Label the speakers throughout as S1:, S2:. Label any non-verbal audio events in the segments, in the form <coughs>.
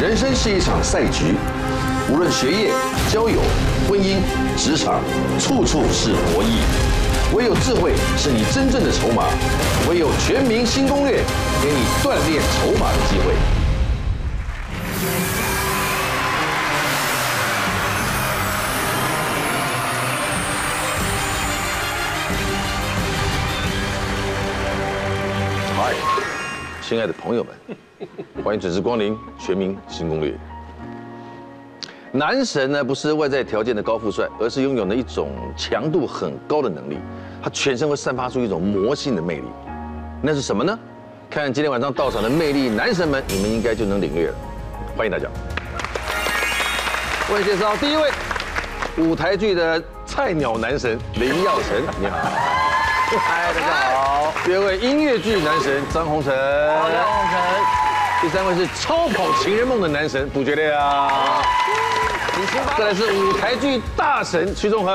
S1: 人生是一场赛局，无论学业、交友、婚姻、职场，处处是博弈。唯有智慧是你真正的筹码，唯有全民新攻略，给你锻炼筹码的机会。嗨，亲爱的朋友们，欢迎准时光临《全民新攻略》。男神呢，不是外在条件的高富帅，而是拥有了一种强度很高的能力，他全身会散发出一种魔性的魅力。那是什么呢？看今天晚上到场的魅力男神们，你们应该就能领略了。欢迎大家。为你介绍第一位，舞台剧的菜鸟男神林耀晨，你好。
S2: 嗨，大家好，
S1: 第二位音乐剧男神张宏成，
S2: 我是洪晨。
S1: 第三位是超跑情人梦的男神卜决烈啊，再来是舞台剧大神屈中恒，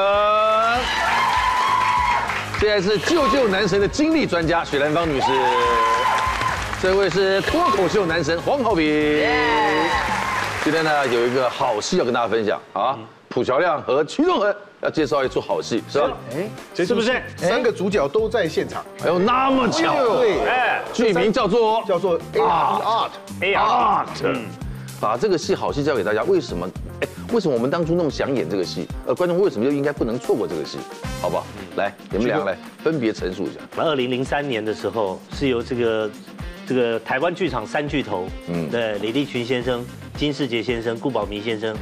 S1: 接下来是救救男神的经历专家许兰芳女士，这位是脱口秀男神黄浩平。今天呢有一个好戏要跟大家分享啊，蒲桥亮和屈中恒要介绍一出好戏，哎是吧？
S3: 是不是？
S4: 三个主角都在现场，
S1: 哎呦，啊那么巧，
S4: 对，
S3: 哎
S1: 剧名叫做
S4: 叫做 A R Art，
S3: 哎呀，
S1: 嗯把这个戏好戏交给大家。为什么？哎，为什么我们当初那么想演这个戏？呃，观众为什么就应该不能错过这个戏？好不好？来，你们俩来分别陈述一下。
S2: 二零零三年的时候，是由这个这个台湾剧场三巨头，嗯，对，李立群先生、金世杰先生、顾宝明先生，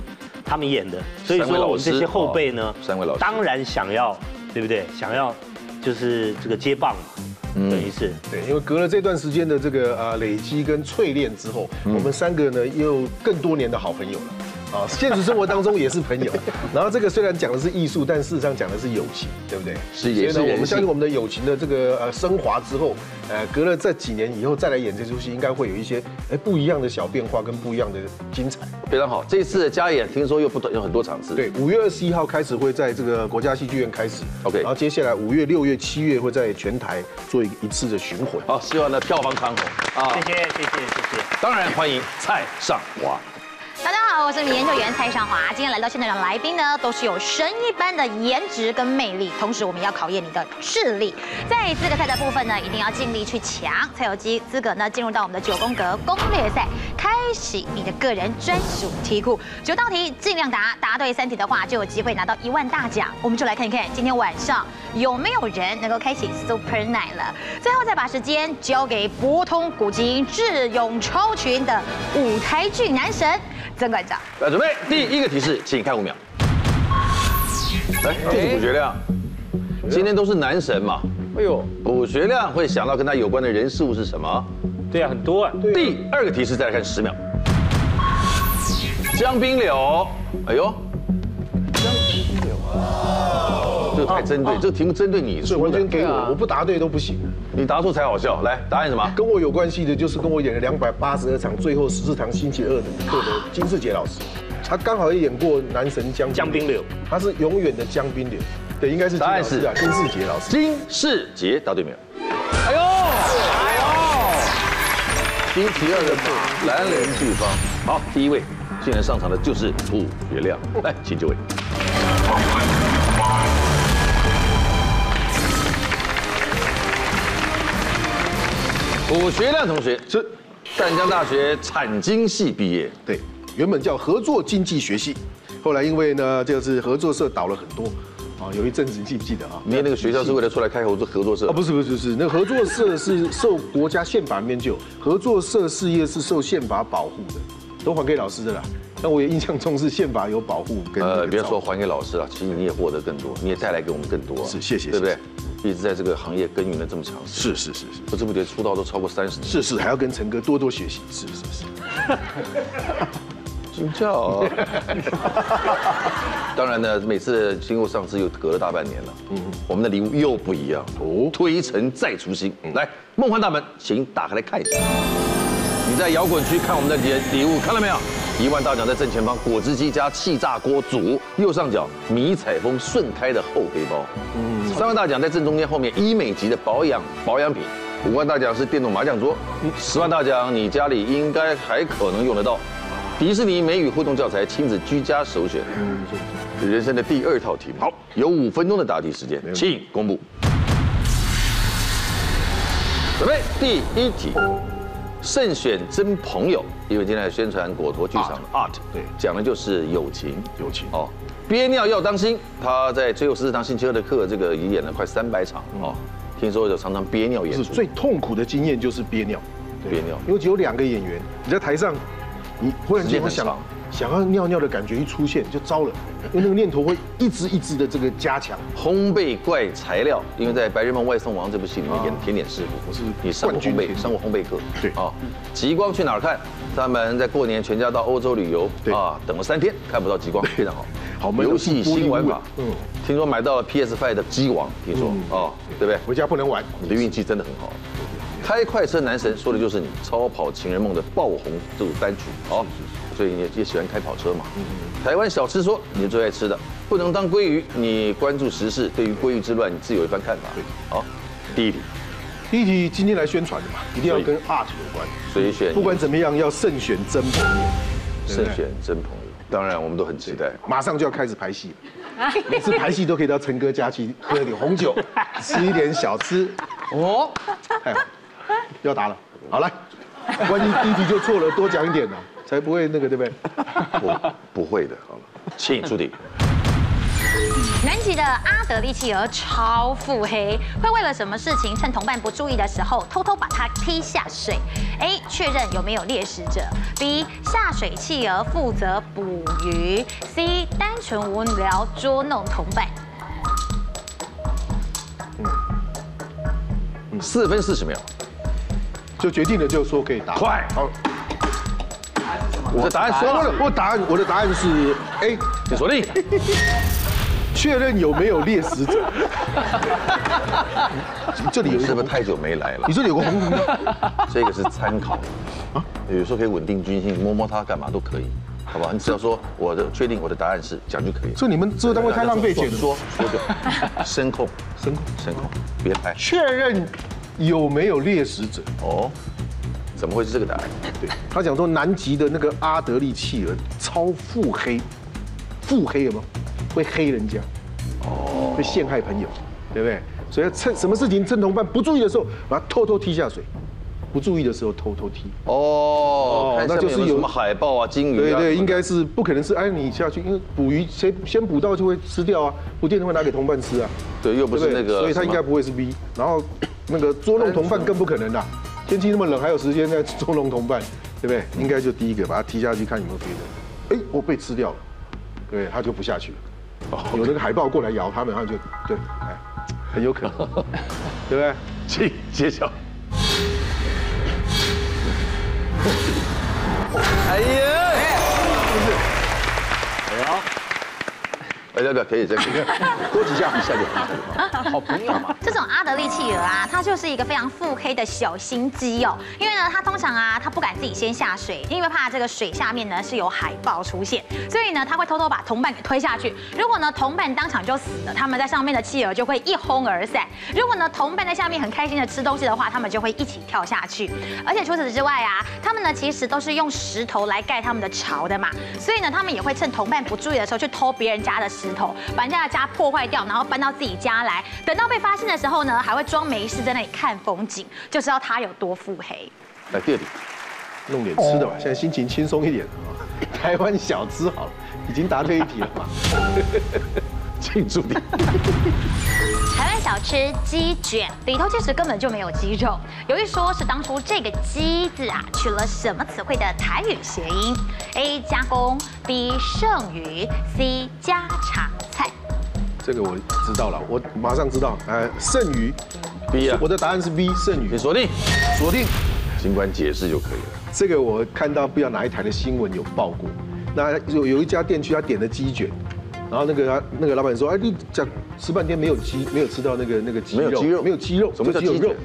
S2: 他们演的。所以
S1: 三位老
S2: 说，我们
S1: 师
S2: 这些后辈呢
S1: 哦，三位老师
S2: 当然想要，对不对？想要就是这个接棒嘛，
S1: 嗯
S2: 等于是
S4: 对，因为隔了这段时间的这个呃累积跟淬炼之后，
S1: 嗯
S4: 我们三个呢又更多年的好朋友了。啊，现实生活当中也
S1: <laughs>
S4: 是朋友。然后这个虽然讲的是艺术，但事实上讲的是友情，对不对？
S1: 是也是
S4: 所以呢，
S1: 人性
S4: 我们相信我们的友情的这个呃升华之后，呃，隔了这几年以后再来演这出戏，应该会有一些哎不一样的小变化跟不一样的精彩。
S1: 非常好，这一次的加演听说又不短，有很多场次。，
S4: 对，五月二十一号开始会在这个国家戏剧院开始
S1: OK
S4: 然后接下来五月、六月、七月会在全台做一一次的巡回。
S1: 好，希望呢票房长虹啊！
S2: 谢谢谢谢谢谢。
S1: 当然欢迎蔡尚华。
S5: 大家好，我是你们研究员蔡尚华。今天来到现场的来宾呢，都是有神一般的颜值跟魅力，同时我们要考验你的智力。在资格赛的部分呢，一定要尽力去抢，才有机资格呢进入到我们的九宫格攻略赛，开启你的个人专属题库。九道题尽量答，答对三题的话就有机会拿到一万大奖。我们就来看一看今天晚上有没有人能够开启 Super Night 了。最后再把时间交给博通古今、智勇超群的舞台剧男神。曾馆长，
S1: 来，准备第一个提示，请看五秒。来，这是卜学亮。今天都是男神嘛，
S3: 哎呦，
S1: 卜学亮会想到跟他有关的人事物是什么？
S3: 对啊，很多啊，
S1: 第二个提示再来看十秒。江滨柳，哎呦，江滨柳啊，这个太针对，这个题目针对你
S4: 所以
S1: 出
S4: 完
S1: 的
S4: 全，给我，我不答对都不行。
S1: 你答错才好笑。来，答案是什么？
S4: 跟我有关系的就是跟我演了两百八十二场，最后十四堂星期二的课的金世杰老师，他刚好也演过男神江
S3: 江滨柳，
S4: 他是永远的江滨柳。对，应该是金
S1: 答案
S4: 老
S1: 是
S4: 师啊，金世杰老师。
S1: 金世杰，答对没有？哎呦，哎呦，星期二的部兰陵剧方，好，第一位竟然上场的就是卜学亮，来，请就位。卜学亮同学是淡江大学产经系毕业，
S4: 对，原本叫合作经济学系，后来因为呢就是合作社倒了很多，啊，有一阵子你记不记得啊？
S1: 念那个学校是为了出来开合作合作社
S4: 啊，不是不是不是，那合作社是受国家宪法里面就有，合作社事业是受宪法保护的，都还给老师的啦。那我也印象中是宪法有保护跟 <laughs>
S1: 呃，
S4: 那个
S1: 别
S4: 照
S1: 说
S4: 顾
S1: 还给老师了，其实你也获得更多，你也带来给我们更多啊。
S4: 是谢谢
S1: 对不对？一直在这个行业耕耘了这么长时间，
S4: 是是是是
S1: 不知不觉出道都超过三十年，
S4: 是是，还要跟陈哥多多学习，是是是，
S1: 真
S4: <laughs>
S1: 叫。啊当然呢，每次经过上次又隔了大半年了，嗯，我们的礼物又不一样哦，推陈再出新。
S4: 嗯
S1: 来，梦幻大门，请打开来看一下。你在摇滚区看我们的礼礼物，看到没有？一万大奖在正前方，果汁机加气炸锅煮，右上角迷彩风顺开的厚背包。三万大奖在正中间，后面医美级的保养保养品。五万大奖是电动麻将桌，十万大奖你家里应该还可能用得到。迪士尼美语互动教材亲子居家首选，人生的第二套题目。好，有五分钟的答题时间，请公布。准备第一题，慎选真朋友，因为今天在宣传果陀剧场
S4: 啊
S1: Art，
S4: 对
S1: 讲的就是友情。
S4: 友情
S1: 啊哦，憋尿要当心。他在《最后十四堂星期二的课》这个也演了快三百场哦，听说有常常憋尿演
S4: 是
S1: 出。
S4: 最痛苦的经验就是憋尿，对
S1: 憋尿
S4: 因为只有两个演员，你在台上，你忽然
S1: 时间
S4: 间
S1: 很
S4: 会想
S1: 长
S4: 想要尿尿的感觉一出现就糟了，因为那个念头会一直一直的这个加强。
S1: 烘焙怪材料，因为在《白日梦外送王》这部戏里面演甜点师傅，
S4: 我是
S1: 你上过
S4: 哦冠
S1: 烘
S4: 军
S1: 焙，
S4: 甜
S1: 上过烘焙课，
S4: 对
S1: 啊。极光去哪儿看？他们在过年全家到欧洲旅游，
S4: 对
S1: 啊，等了三天看不到极光，非常好。
S4: 好闷
S1: 游戏新玩法，嗯
S4: 嗯，
S1: 听说买到了 PS Five 的机王，听说啊，对不对？
S4: 回家不能玩，
S1: 你的运气真的很好。开快车男神说的就是你，超跑情人梦的爆红这首单曲哦，所以你也喜欢开跑车嘛。台湾小吃说你最爱吃的，不能当鲑鱼，你关注时事，对于鲑鱼之乱你自有一番看法。哦好，第一题，
S4: 第一题今天来宣传的嘛，一定要跟 art 有关。
S1: 所以选
S4: 不管怎么样，要慎选真朋友。
S1: 慎选真朋友，当然我们都很期待。
S4: 马上就要开始排戏了，每次排戏都可以到陈哥家去喝点红
S1: <laughs>
S4: 酒，吃一点小吃。哦，太好了，要答了。好来，万一第一题就错了，多讲一点呢、啊才不会那个对不对？
S1: 不不会的，好了，请出题。
S5: 南极的阿德利企鹅超腹黑，会为了什么事情趁同伴不注意的时候偷偷把它踢下水？A. 确认有没有猎食者；B. 下水企鹅负责捕鱼；C. 单纯无聊捉弄同伴。
S1: 四分四十秒，
S4: 就决定了就说可以答。
S1: 快
S4: 好，
S1: 我的答案说
S4: 我
S1: 了，
S4: 的我答案我的答案是 A，
S1: 你锁定。
S4: 确认有没有猎食者。
S1: <laughs>
S4: 这里
S1: <laughs>
S4: 有
S1: 你
S4: 一
S1: 是
S4: 个
S1: 不
S4: 红
S1: 是，太久没来了
S4: 你？这里有个红红的， <laughs>
S1: <laughs> 这个是参考
S4: 啊
S1: 的，有时候可以稳定军心，摸摸它干嘛都可以，好吧？你只要说我的确定我的答案是讲就可以。
S4: 所以你们制作单位太浪费钱了。
S1: 说说就声控，
S4: 声控
S1: 声控，别拍
S4: 确认有没有猎食者。
S1: 哦。怎么会是这个答案？
S4: 对，他讲说南极的那个阿德利企鹅超腹黑，腹黑有没有？会黑人家，哦，会陷害朋友，对不对？所以要趁什么事情趁同伴不注意的时候，把他偷偷踢下水，不注意的时候偷偷踢。
S1: 哦
S4: 哦，
S1: 看下面
S4: 那就是
S1: 有没有什
S4: 有
S1: 么海豹啊、鲸鱼啊
S4: 对
S1: 什么的，
S4: 对，应该是不可能是哎你下去，因为捕鱼谁先捕到就会吃掉啊，不见得会拿给同伴吃啊，
S1: 对，又不
S4: 对
S1: 是
S4: 对
S1: 那个，
S4: 所以他应该不会是 B。然后 <coughs> 那个捉弄同伴更不可能啦，天气那么冷，还有时间在捉弄同伴，对不对？应该就第一个把它踢下去，看有没有别的。哎，我被吃掉了，对，他就不下去
S1: 哦
S4: 了。有那个海豹过来咬他们，他就对，哎，很有可能，
S1: <laughs>
S4: 对不对？
S1: 请揭晓。哎呀！哎呀，不可以，这个多几下，一下就一下就好。
S6: 好朋友嘛，
S5: 这种阿德利企鹅啊，它就是一个非常腹黑的小心机哦。因为呢，它通常啊，它不敢自己先下水，因为怕这个水下面呢是有海豹出现，所以呢，它会偷偷把同伴给推下去。如果呢，同伴当场就死了，他们在上面的企鹅就会一哄而散。如果呢，同伴在下面很开心的吃东西的话，他们就会一起跳下去。而且除此之外啊，他们呢其实都是用石头来盖他们的巢的嘛，所以呢，他们也会趁同伴不注意的时候去偷别人家的石头，把人家的家破坏掉，然后搬到自己家来。等到被发现的时候呢，还会装没事在那里看风景，就知道他有多腹黑。
S1: 来第二题，
S4: 弄点吃的吧，现在心情轻松一点 <laughs> 啊。台湾小吃好了，已经答对一题了
S1: <laughs>
S4: 嘛。 <laughs>
S1: 请注定。
S5: 台湾小吃鸡卷里头其实根本就没有鸡肉，有一说是当初这个“鸡”字啊取了什么词汇的台语谐音？A 加工，B 剩余，C 家常菜。
S4: 这个我知道了，我马上知道。哎，剩余，
S1: B 啊
S4: 我，的答案是 B，剩余
S1: 你。锁定，
S4: 锁定。
S1: 尽管解释就可以了。
S4: 这个我看到不知道哪一台的新闻有报过，那有有一家店区他点的鸡卷，然后那个他那个老板说，哎，你讲吃半天没有鸡，没有吃到那个那个鸡
S1: 没有
S4: 肉，
S1: 鸡肉
S4: 没有鸡肉，
S1: 什么叫
S4: 就只有
S1: 鸡卷
S4: 肉？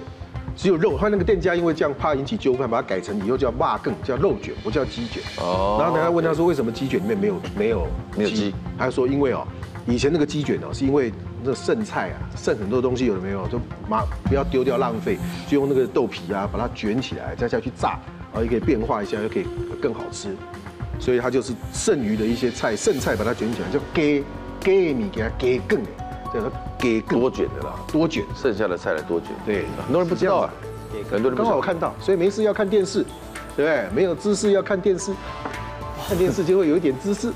S4: 只有肉，他那个店家因为这样怕引起纠纷，把它改成以后叫辣更，叫肉卷，不叫鸡卷。
S1: 哦
S4: 哦。然后人家问他说，为什么鸡卷里面没有没有
S1: 没有鸡？
S4: 他说，因为哦，以前那个鸡卷哦，是因为那个剩菜啊，剩很多东西有的没有，就麻不要丢掉浪费，就用那个豆皮啊把它卷起来，再下去炸，然后也可以变化一下，又可以更好吃。所以它就是剩余的一些菜剩菜把它卷起来，叫给给米给它给更，叫做给更
S1: 多卷的啦，
S4: 多卷。
S1: 剩下的菜来多卷。
S4: 对
S1: 很多人不知道啊，很多人不知
S4: 刚好
S1: 道
S4: 我。看到，所以没事要看电视，对不对？没有知识要看电视，看电视就会有一点知识。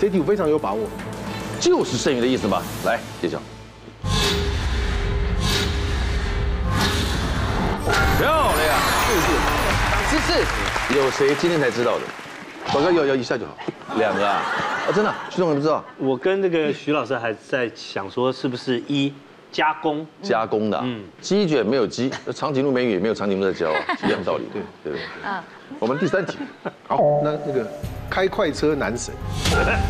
S4: 这题我非常有把握。
S1: 就是剩余的意思嘛。来揭晓。漂亮，是不是？是是，有谁今天才知道的？广告要要一下就好，两个啊，啊真的啊，徐总也不知道
S2: 我跟那个徐老师还在想说，是不是一加工
S1: 加工的、啊，嗯，鸡卷没有鸡，长颈鹿美女也没有长颈鹿在教啊，一样道理，对对不对？
S5: 嗯，
S1: 我们第三题，
S4: 好，
S1: 哦
S4: 那那个开快车男神，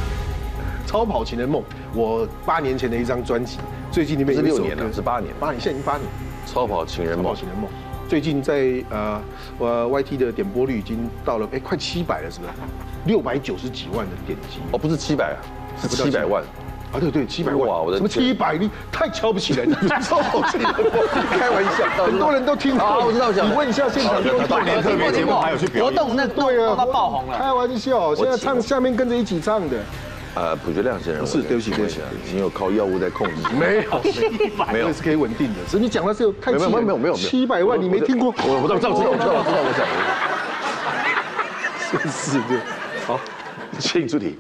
S4: <laughs> 超跑情人梦，我八年前的一张专辑，最近里面有一首
S1: 不是六年了
S4: 歌
S1: 是八年
S4: 八年，现在已经八年。
S1: 超跑情人
S4: 超跑
S1: 梦，
S4: 情人梦，最近在呃呃 YT 的点播率已经到了哎快七百了，是不是？六百九十几万的点击
S1: 哦，不是七百啊，是
S4: 不到
S1: 七百万，
S4: 啊，对对，七百万，
S1: 哇我的
S4: 什么
S1: 天
S4: 七百？你太瞧不起
S1: <laughs>
S4: 人了，超跑情人梦，
S7: <laughs>
S4: 开玩笑，很多人都听
S1: 好
S4: 过。
S1: 我知道我知道
S4: 你问一下现场观众，
S6: 过年特别节目还有去表
S7: 活
S6: 演，
S7: 动那
S4: 对啊，
S7: 他爆红了。
S4: 开玩笑，现在唱下面跟着一起唱的，
S1: 呃，朴学亮先生，
S4: 不是
S1: 我先
S4: 对不起对不起
S1: 请问一下，你有靠药物在控制？
S4: 没有。
S1: 没有
S4: 这个，是可以稳定的，所以你讲的是
S1: 没有没有没有
S4: 太气
S1: 没
S4: 人
S1: 有没有
S4: 七百万你没听过？
S1: 我我知道我知道我知道我知道我知道，
S4: 真是的，
S1: 好，请出题。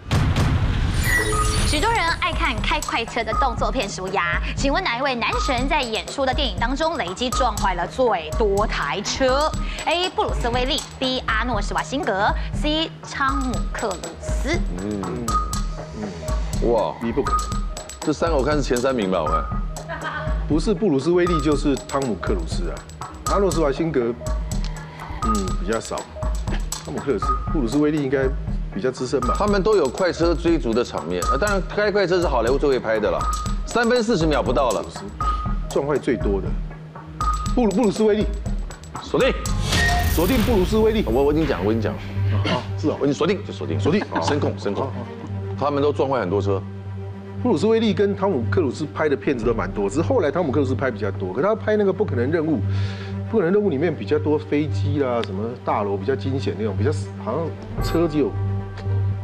S5: 许多人爱看开快车的动作片舒压，请问哪一位男神在演出的电影当中累积撞坏了最多台车？A. 布鲁斯威利，B. 阿诺施瓦辛格，C. 汤姆克鲁斯。
S1: 哇，
S4: 你不可能，
S1: 这三个我看是前三名吧，我看
S4: 不是布鲁斯威利就是汤姆克鲁斯啊，阿诺斯瓦辛格，嗯，比较少，汤姆克鲁斯，布鲁斯威利应该比较资深吧。
S1: 他们都有快车追逐的场面。那当然，开快车是好莱坞最会拍的了，三分四十秒不到了，
S4: 撞坏最多的，布鲁布鲁斯威利，
S1: 锁定。
S4: 锁定布鲁斯威利。
S1: 我我已经讲，我已经讲，
S4: 哦，是哦
S1: 我已，经锁定就锁定
S4: 锁定
S1: 好声控
S4: 哦
S1: 声控。他们都撞坏很多车，
S4: 布鲁斯威利跟汤姆克鲁斯拍的片子都蛮多，只是后来汤姆克鲁斯拍比较多，可他拍那个《不可能任务》，《不可能任务》里面比较多飞机啦、什么大楼比较惊险那种，比较好像车只有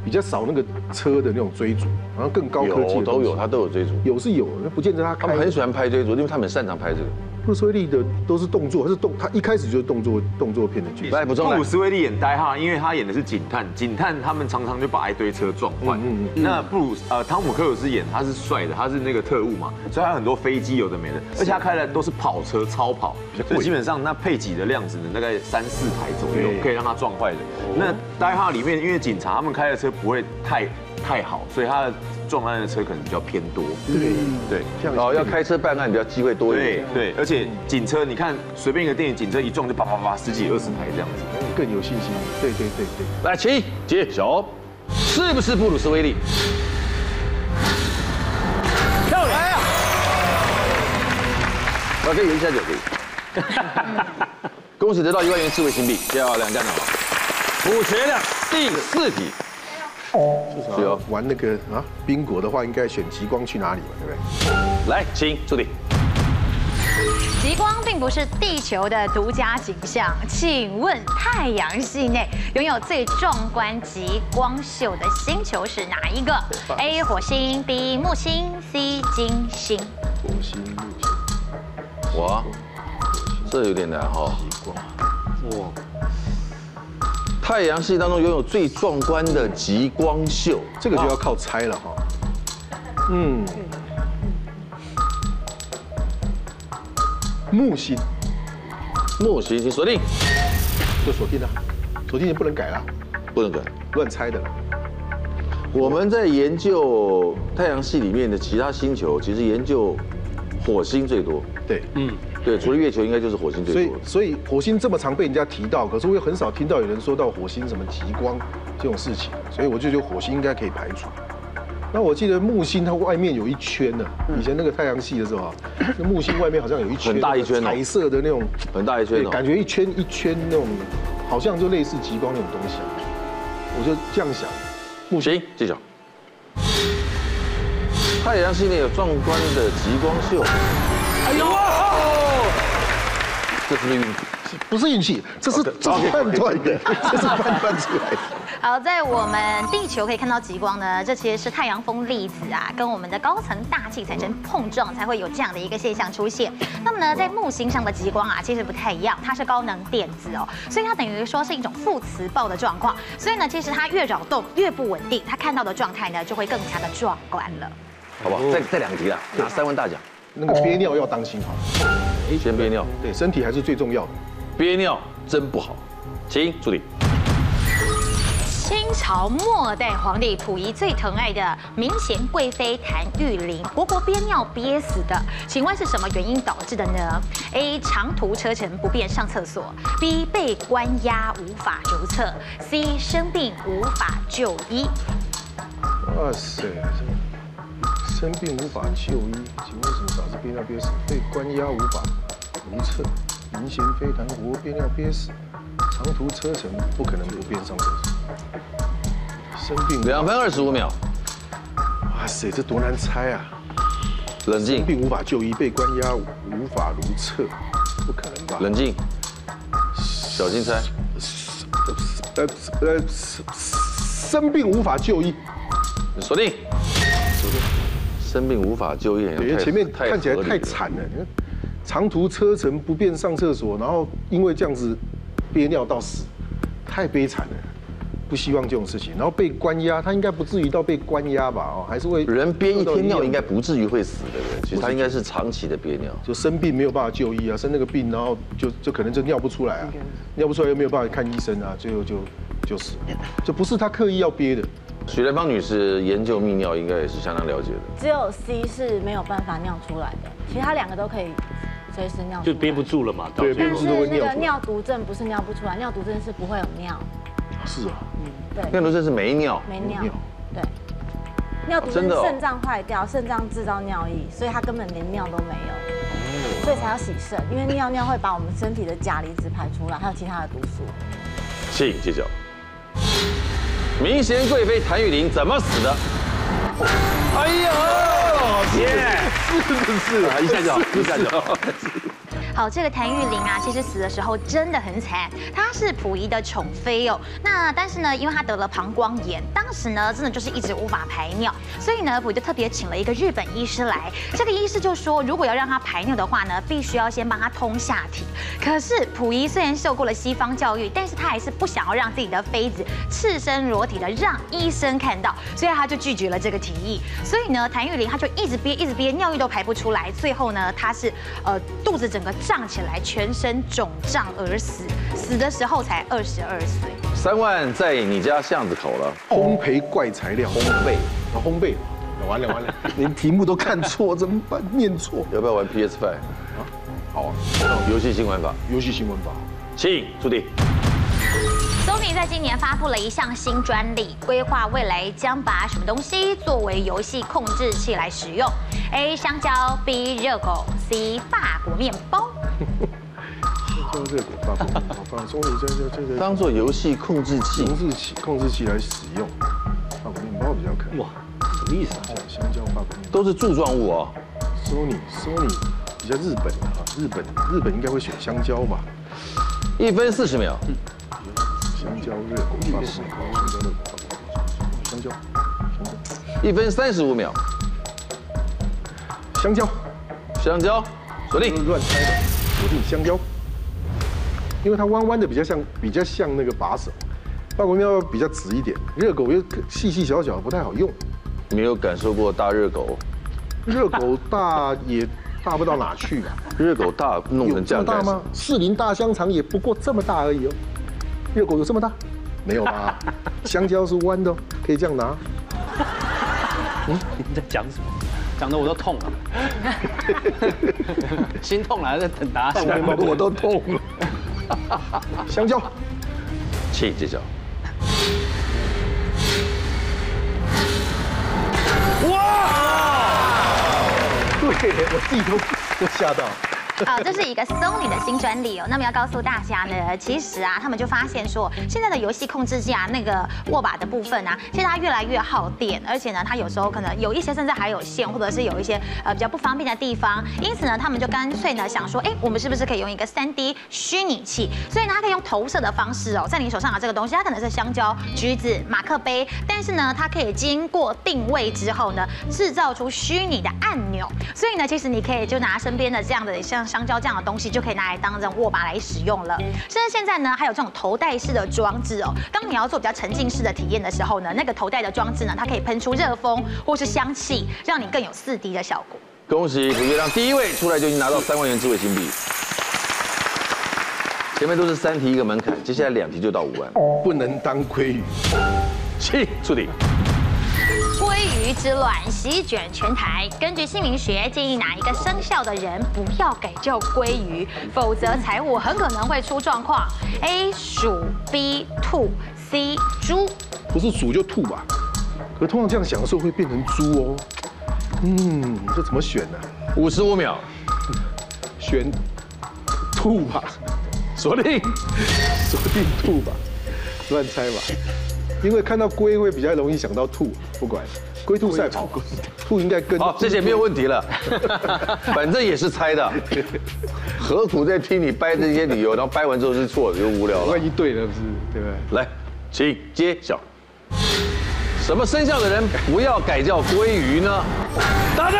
S4: 比较少那个车的那种追逐，好像更高科技
S1: 有
S4: 的
S1: 都
S4: 东西
S1: 有，他都有追逐。
S4: 有是有，那不见得他
S1: 他
S4: 开
S1: 们很
S4: 的。
S1: 喜欢拍追逐，因为他们很擅长拍这个。
S4: 布鲁斯威利的都是动作，他是动，他一开始就是动作动作片的角色。
S1: 来补充
S6: 布
S1: 来
S6: 鲁，斯威利演呆哈，因为他演的是警探，警探他们常常就把一堆车撞坏。
S1: 嗯
S6: 那布鲁斯呃汤姆克鲁斯演他是帅的，他是那个特务嘛，所以他很多飞机有的没的，而且他开的都是跑车、超跑，所以基本上那配给的量只能大概三四台左右，可以让他撞坏的。那呆哈里面因为警察他们开的车不会太太好，所以他的撞案的车可能比较偏多。
S4: 对，
S6: 对。
S4: 像
S1: 哦，要开车办案比较机会多一
S6: 对
S1: 点。
S6: 对，而且警车，你看随便一个电影，警车一撞就叭叭叭十几二十台这样子。
S4: 更有信心。对对对对。
S1: 来，请揭晓，是不是布鲁斯威利？
S3: 漂亮。
S1: 我可以一下就可以。
S4: <laughs>
S1: 恭喜得到一万元智慧新币，漂亮，家长好。补学亮第四题，是哦
S4: 玩那个啊，宾果的话应该选极光去哪里嘛，对不对？
S1: 来，请助理。
S5: 极光并不是地球的独家景象，请问太阳系内拥有最壮观极光秀的星球是哪一个？A. 火星 B. 木星 C. 金星。
S4: 火星、木星、
S1: 我，这有点难哈。
S4: 极光。
S1: 太阳系当中拥有最壮观的极光秀，
S4: 这个就要靠猜了哈。嗯，木星
S1: 木星请锁定，
S4: 就锁定了，锁定也不能改了，
S1: 不能改。
S4: 乱猜的了。
S1: 我们在研究太阳系里面的其他星球，其实研究火星最多。
S4: 对，嗯，
S1: 对，除了月球，应该就是火星
S4: 所
S1: 最
S4: 以
S1: 多了。
S4: 所以火星这么常被人家提到，可是我又很少听到有人说到火星什么极光这种事情，所以我就觉得火星应该可以排除。那我记得木星它外面有一圈呢、以前那个太阳系的时候啊，那木星外面好像有一
S1: 嗯
S4: 圈
S1: 很大一圈哦
S4: 彩色的那种，
S1: 很大一圈
S4: 对，
S1: 哦
S4: 感觉一圈一圈那种，好像就类似极光那种东西。啊我就这样想，
S1: 木星揭晓。太阳系内有壮观的极光秀，
S3: 哎呦，哦
S1: 这是不是运气？
S4: <laughs> 不是运气，这是这是判断的，这是判断出来的。
S5: 好，在我们地球可以看到极光呢，这其实是太阳风粒子啊跟我们的高层大气产生碰撞，才会有这样的一个现象出现。那么呢，在木星上的极光啊，其实不太一样，它是高能电子哦，所以它等于说是一种负磁暴的状况。所以呢，其实它越扰动越不稳定，它看到的状态呢就会更加的壮观了。
S1: 好不
S4: 哦
S1: 好？再再两题啦，拿三万大奖，
S4: 那个憋尿要当心哈，
S1: 先憋尿，
S4: 对，身体还是最重要的。
S1: 憋尿真不好，请助理。
S5: 清朝末代皇帝溥仪最疼爱的明贤贵妃谭玉玲，活活憋尿憋死的，请问是什么原因导致的呢？A. 长途车程不便上厕所；B. 被关押无法如厕；C. 生病无法就医。
S4: 哇塞，生病无法就医，请问什么导致憋尿憋死？被关押无法无策，明显非痰活憋尿憋死，长途车程不可能不便上厕所。生病，
S1: 两分二十五秒，
S4: 哇塞，这多难猜啊！
S1: 冷静
S4: 生，病无法就医，被关押无法如厕，不可能吧？
S1: 冷静，小心猜。
S4: 呃呃，生病无法就医，
S1: 你锁定。生病无法就医，
S4: 因为哎前面看起来太惨了。你看，长途车程不便上厕所，然后因为这样子憋尿到死，太悲惨了。不希望这种事情，然后被关押，他应该不至于到被关押吧？哦，还是会
S1: 人憋一天尿应该不至于会死的人，其实他应该是长期的憋尿。
S4: 就生病没有办法就医啊，生那个病，然后就就可能就尿不出来啊，尿不出来又没有办法看医生啊，最后就就死了，就不是他刻意要憋的。
S1: 许兰芳女士研究泌尿应该也是相当了解的。
S7: 只有 C 是没有办法尿出来的，其他两个都可以随时尿出
S2: 就
S7: 来。
S2: 憋不住了嘛，到
S4: 对
S2: 最
S7: 但
S2: 后
S7: 是
S4: 憋不住
S7: 那
S4: 会
S7: 个
S4: 尿出来
S7: 尿毒症不是尿不出来，尿毒症是不会有尿，
S4: 是啊，
S1: 那
S7: 对，
S1: 都真是没尿，
S7: 没尿
S4: 尿，
S7: 对。尿毒
S1: 真
S7: 症
S1: 的哦
S7: 肾脏坏掉，肾脏制造尿液，所以他根本连尿都没
S1: 哎
S7: 有，所以才要洗肾，因为尿尿会把我们身体的钾离子排出来，还有其他的毒素。
S1: 请揭晓。明贤贵妃谭玉玲怎么死的？
S3: 哎呦，
S4: 是不是啊？
S1: 啊，一下就好，一下就好。
S5: 好，这个谭玉玲啊，其实死的时候真的很惨，她是溥仪的宠妃哦。那但是呢，因为她得了膀胱炎，当时呢真的就是一直无法排尿，所以呢溥仪就特别请了一个日本医师来。这个医师就说，如果要让她排尿的话呢，必须要先帮她通下体。可是溥仪虽然受过了西方教育，但是他还是不想要让自己的妃子赤身裸体的让医生看到，所以他就拒绝了这个提议。所以呢，谭玉玲她就一直憋，一直憋，尿液都排不出来，最后呢，她是呃肚子整个胀起来，全身肿胀而死，死的时候才二十二岁。
S1: 三万在你家巷子口了，
S4: 烘焙怪材料，哦烘焙，啊，烘焙，完了完了， <laughs> 连题目都看错，怎么办？念错，
S1: 要不要玩 PS Five
S4: 好啊，
S1: 游戏新玩法？
S4: 游戏新闻吧。
S1: 请注定。
S5: Sony 在今年发布了一项新专利，规划未来将把什么东西作为游戏控制器来使用？A. 香蕉，B. 热狗，C. 法国面包。
S4: 香蕉热狗发布，我放松一下，这这这
S1: 当做游戏控制器
S4: 控制器控制器来使用，法国面包比较可以。
S2: 哇，什么意思啊？
S4: 香蕉法国面包
S1: 都是柱状物哦。
S4: ，Sony Sony 比较日本的哈，日本日本应该会选香蕉吧？
S1: 一分四十秒，
S4: 香蕉热狗法国面包，香蕉热狗法国面包，香蕉
S1: 一分三十五秒，
S4: 香蕉，
S1: 香蕉，锁定
S4: 不。是乱猜的，我定香蕉，因为它弯弯的比较像比较像那个把手，法国面包比较直一点，热狗又细细小小不太好用，
S1: 没有感受过大热狗，
S4: 热狗大也大不到哪去吧。
S1: 热狗大弄
S4: <laughs> 有
S1: 成这
S4: 这
S1: 样
S4: 么大
S1: 干什
S4: 吗
S1: 么？？
S4: 士林大香肠也不过这么大而已哦。热狗有这么大？没有吧？ <laughs> 香蕉是弯的哦，可以这样拿。
S3: 你在讲什么？讲的我都痛
S2: <laughs>
S3: 了，心痛了，还在等答案。
S2: 啊
S4: 我都痛了。香蕉，
S1: 请揭晓。
S4: 对我自己都吓到。
S5: 啊，这是一个 Sony 的新专利哦。那么要告诉大家呢，其实啊，他们就发现说，现在的游戏控制器啊，那个握把的部分啊，其实它越来越耗电，而且呢，它有时候可能有一些甚至还有线，或者是有一些呃比较不方便的地方。因此呢，他们就干脆呢想说，哎，我们是不是可以用一个 3D 虚拟器？所以呢，它可以用投射的方式哦，在你手上的这个东西，它可能是香蕉、哦橘子、马克杯，但是呢，它可以经过定位之后呢，制造出虚拟的按钮。所以呢，其实你可以就拿身边的这样的像香蕉这样的东西，就可以拿来当这种握把来使用了。甚至现在呢，还有这种头戴式的装置哦。当你要做比较沉浸式的体验的时候呢，那个头戴的装置呢，它可以喷出热风或是香气，让你更有四 D 的效果。
S1: 恭喜古月亮第一位出来就已经拿到三万元智慧金币。前面都是三题一个门槛，接下来两题就到五万。
S4: 不能当鲑鱼。
S1: 请出题。
S5: 鲑鱼之卵席卷全台。根据姓名学，建议哪一个生肖的人不要改叫鲑鱼，否则财务很可能会出状况。A 鼠，B 兔，C 猪。
S4: 不是鼠就兔吧？可通常这样想的时候会变成猪哦。嗯，这怎么选呢、
S1: 五十五秒，
S4: 选兔吧，
S1: 锁定。
S4: 锁定兔吧，乱猜吧。因为看到龟会比较容易想到兔，不管龟兔赛跑，兔应该跟
S1: 好，谢谢，没有问题了。 <laughs> 反正也是猜的，何苦在听你掰这些理由？然后掰完之后是错的，就无聊了
S4: 万。一对了不是，对不对？
S1: 来，请揭晓，什么生肖的人不要改叫鲑鱼呢？答对。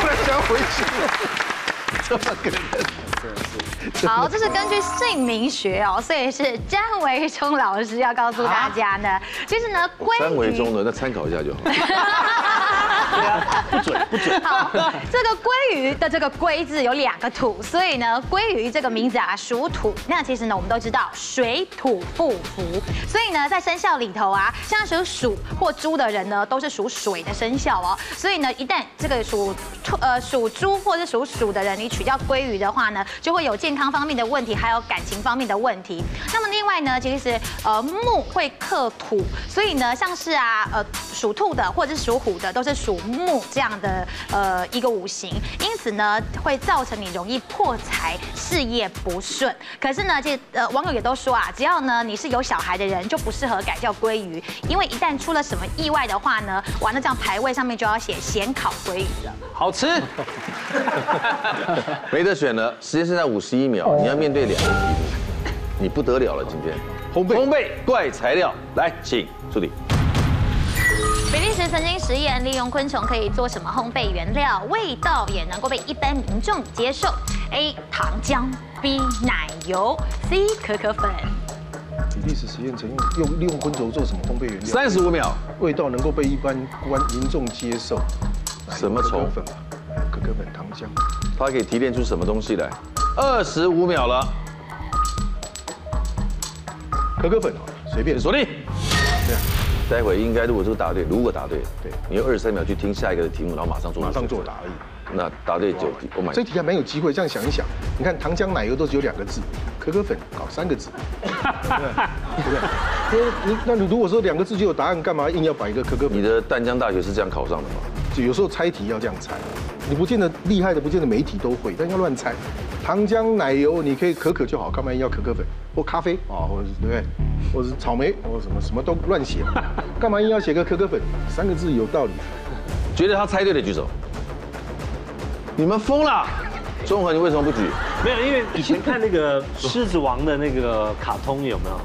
S4: 突然想回去。
S5: 好，这是根据姓名学哦，所以是詹维忠老师要告诉大家呢。其实呢，鲑鱼
S1: 三维中的那参考一下就好。
S2: 不准不准。
S5: 好，这个鲑鱼的这个“鲑”字有两个土，所以呢，鲑鱼这个名字啊属土。那其实呢，我们都知道水土不服，所以呢，在生肖里头啊，像属鼠或猪的人呢，都是属水的生肖哦。所以呢，一旦这个属兔呃属猪或是属鼠的人，你取掉鲑鱼的话呢，就会有健康方面的问题，还有感情方面的问题。那么另外呢，其实呃木会克土，所以呢，像是啊呃属兔的或者是属虎的，都是属木这样的呃一个五行，因此呢会造成你容易破财、事业不顺。可是呢，其实呃网友也都说啊，只要呢你是有小孩的人，就不适合改叫鲑鱼，因为一旦出了什么意外的话呢，完了这样牌位上面就要写咸烤鲑鱼了。
S3: 好吃。
S1: 没得选了，时间剩下五十一秒，你要面对两个题目，你不得了了，今天烘焙烘焙怪材料，来，请助理。
S5: 比利时曾经实验利用昆虫可以做什么烘焙原料，味道也能够被一般民众接受。A 糖浆，B 奶油，C 可可粉。
S4: 历史实验曾用用利用昆虫做什么烘焙原料？
S1: 三十五秒，
S4: 味道能够被一般观民众接受。
S1: 什么虫
S4: 可可粉吧，可可粉糖浆。
S1: 它可以提炼出什么东西来？二十五秒了，
S4: 可可粉好了，随便
S1: 锁定。待会应该如果这个答对，如果答对，
S4: 对
S1: 你用二十三秒去听下一个的题目，然后马上做。
S4: 马上作。答而已。
S1: 那答对九题，Oh my
S4: 这题还蛮有机会，这样想一想，你看糖浆、奶油都只有两个字，可可粉搞三
S1: <laughs>
S4: 个字，对不对？ <laughs> 对不对那你那你如果说两个字就有答案，干嘛硬要摆一个可可
S1: 你
S4: 粉？
S1: 的淡江大学是这样考上的吗？
S4: 有时候猜题要这样猜，你不见得厉害的，不见得每一题都会，但要乱猜。糖浆、奶油，你可以可可就好，干嘛硬要可可粉或咖啡啊，或者是对不对？或者是草莓，或者什么什么都乱写，
S8: <laughs>
S4: 干嘛硬要写个可可粉？三个字有道理。
S1: 觉得他猜对的举手。你们疯了！中和，你为什么不举？
S2: 没有，因为 <laughs> 以前看那个《狮子王》的那个卡通有没有？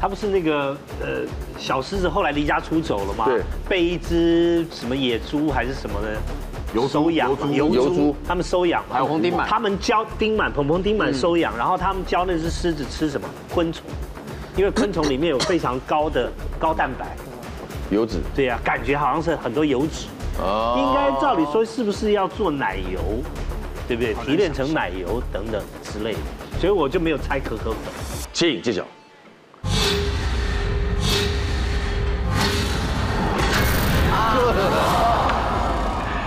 S2: 他不是那个呃小狮子后来离家出走了吗？
S1: 对
S2: 被一只什么野猪还是什么的
S6: 油猪
S2: 收养嘛，
S6: 油
S1: 猪油猪
S2: 他们收养嘛，
S3: 还有红钉满
S2: 他们教丁满、鹏鹏、丁满收养，然后他们教那只狮子吃什么昆虫，因为昆虫里面有非常高的高蛋白，
S1: 油脂
S2: 对呀、感觉好像是很多油脂。
S1: 哦
S2: 应该照理说是不是要做奶油，对不对？提炼成奶油等等之类的，所以我就没有猜可可粉。
S1: 请揭晓。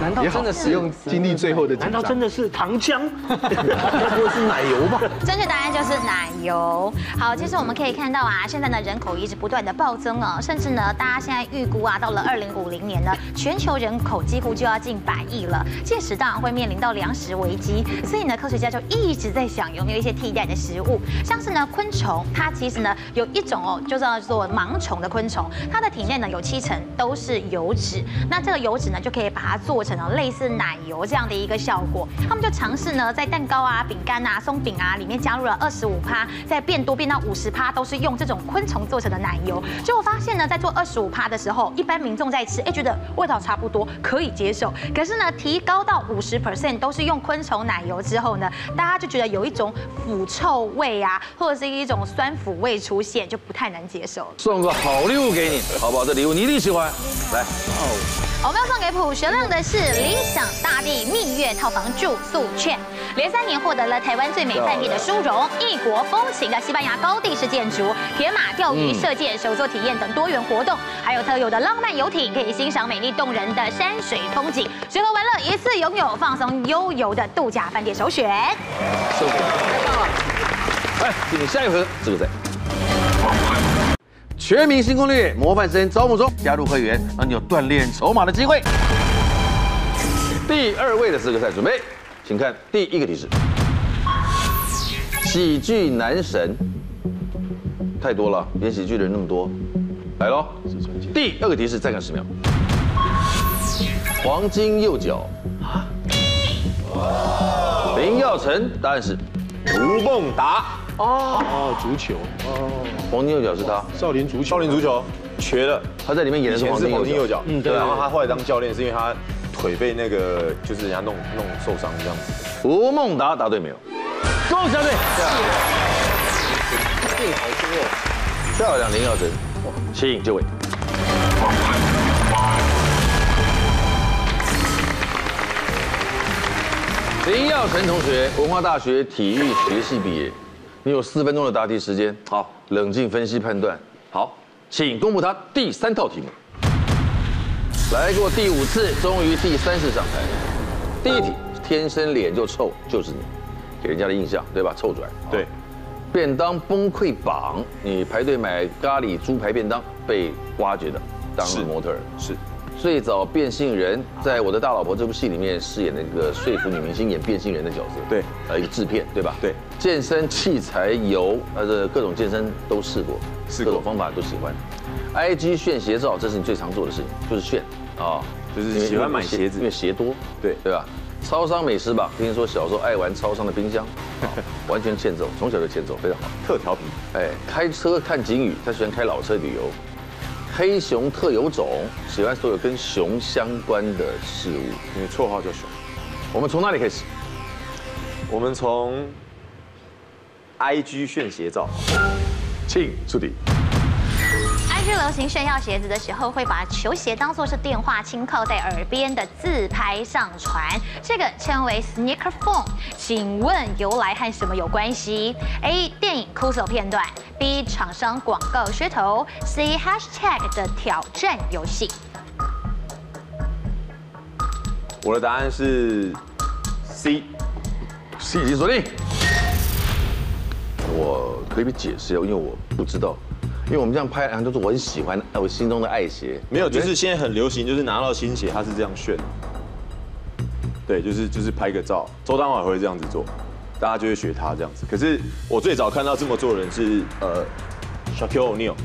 S3: 难道
S4: 也好，
S3: 真的是
S4: 不用经历最后的紧
S2: 难道
S4: 张。
S2: 真的是糖浆？
S1: <laughs>
S2: 该不会是奶油吧？
S5: 正确答案就是奶油。好，其实我们可以看到啊，现在呢人口一直不断的暴增哦，甚至呢大家现在预估啊，到了二零五零年呢，全球人口几乎就要近百亿了，届时当然会面临到粮食危机，所以呢科学家就一直在想有没有一些替代的食物，像是呢昆虫，它其实呢有一种哦，就叫做盲虫的昆虫，它的体内呢有七成都是油脂，那这个油脂呢就可以把它做成哦类似奶油这样的一个效果，他们就尝试呢在蛋糕啊、饼干啊、松饼啊里面加入了二十五趴，再变多变到五十趴，都是用这种昆虫做成的奶油。结果发现呢，在做二十五趴的时候，一般民众在吃，哎，觉得味道差不多，可以接受。可是呢，提高到五十 percent 都是用昆虫奶油之后呢，大家就觉得有一种腐臭味啊，或者是一种酸腐味出现，就不太能接受了。
S1: 送个好礼物给你，好不好？这礼物你一定喜欢。来，
S5: 我们要送给朴学亮的是理想大地蜜月套房住宿券，连三年获得了台湾最美饭店的殊荣，异国风情啊的西班牙高地式建筑、铁马钓鱼、射箭、手作体验等多元活动，还有特有的浪漫游艇，可以欣赏美丽动人的山水风景，吃喝玩乐一次拥有，放松悠游的度假饭店首选。
S1: 送给你。来，给你下一盒，这个在。全明星攻略模范生招募中，加入会员让你有锻炼筹码的机会。第二位的资格赛准备，请看第一个提示：喜剧男神太多了，演喜剧的人那么多，来喽。第二个提示，再看十秒。黄金右脚，林耀成，答案是
S6: 吴孟达，
S4: 哦，足球，
S1: 黄金右脚是他，
S4: 少林足球，
S6: 少林足球，瘸了，
S1: 他在里面演
S6: 以
S1: 的是
S6: 前
S1: 黄
S6: 是
S1: 金
S6: 黄金右
S1: 右脚。
S6: 脚，嗯，对。然后他后来当教练是因为他腿被那个就是人家弄弄受伤这样子。
S1: 吴孟达答对没有？
S3: 够小队，
S1: 哦漂亮，林耀成，请就位。林耀成同学，文化大学体育学系毕业，你有四分钟的答题时间，好，冷静分析判断。好，请公布他第三套题目。来过第五次，终于第三次上台。第一题，天生脸就臭，就是你，给人家的印象对吧？臭拽。
S6: 对，
S1: 便当崩溃榜，你排队买咖喱猪排便当被挖掘的，当了模特儿
S6: 是
S1: 最早变性人，在我的大老婆这部戏里面饰演那个说服女明星演变性人的角色，
S6: 对
S1: 呃，一个制片对吧？
S6: 对
S1: 健身器材油，呃，各种健身都试过，
S6: 试
S1: 各
S6: 过
S1: 种方法都喜欢。I G 炫鞋照，这是你最常做的事情，就是炫啊，
S6: 就是
S1: 因为
S6: 喜欢买鞋子
S1: 因为鞋多，
S6: 对
S1: 对吧？超商美食榜，听说小时候爱玩超商的冰箱，
S6: <laughs>
S1: 啊完全欠揍，从小就欠揍，非常好。
S6: 特调皮，
S1: 哎，开车看景宇，他喜欢开老车旅游。黑熊特有种，喜欢所有跟熊相关的事物。
S6: 因为绰号叫熊。
S1: 我们从哪里开始？
S6: 我们从 IG 炫鞋照，
S1: 请出题。
S5: IG 流行炫耀鞋子的时候，会把球鞋当做是电话轻靠在耳边的自拍上传，这个称为 sneaker phone。请问由来和什么有关系？A. 电影哭手片段，B. 厂商广告噱头，C. hashtag 的挑战游戏。
S6: 我的答案是 C。
S1: C 已经锁定。我可以解释一下，哦因为我不知道，因为我们这样拍，然后就是我很喜欢呃我心中的爱鞋。
S6: 没有，就是现在很流行，就是拿到新鞋，他是这样炫。对，就是就是拍个照，周汤伟会这样子做，大家就会学他这样子。可是我最早看到这么做的人是呃，Shaquille O'Neal。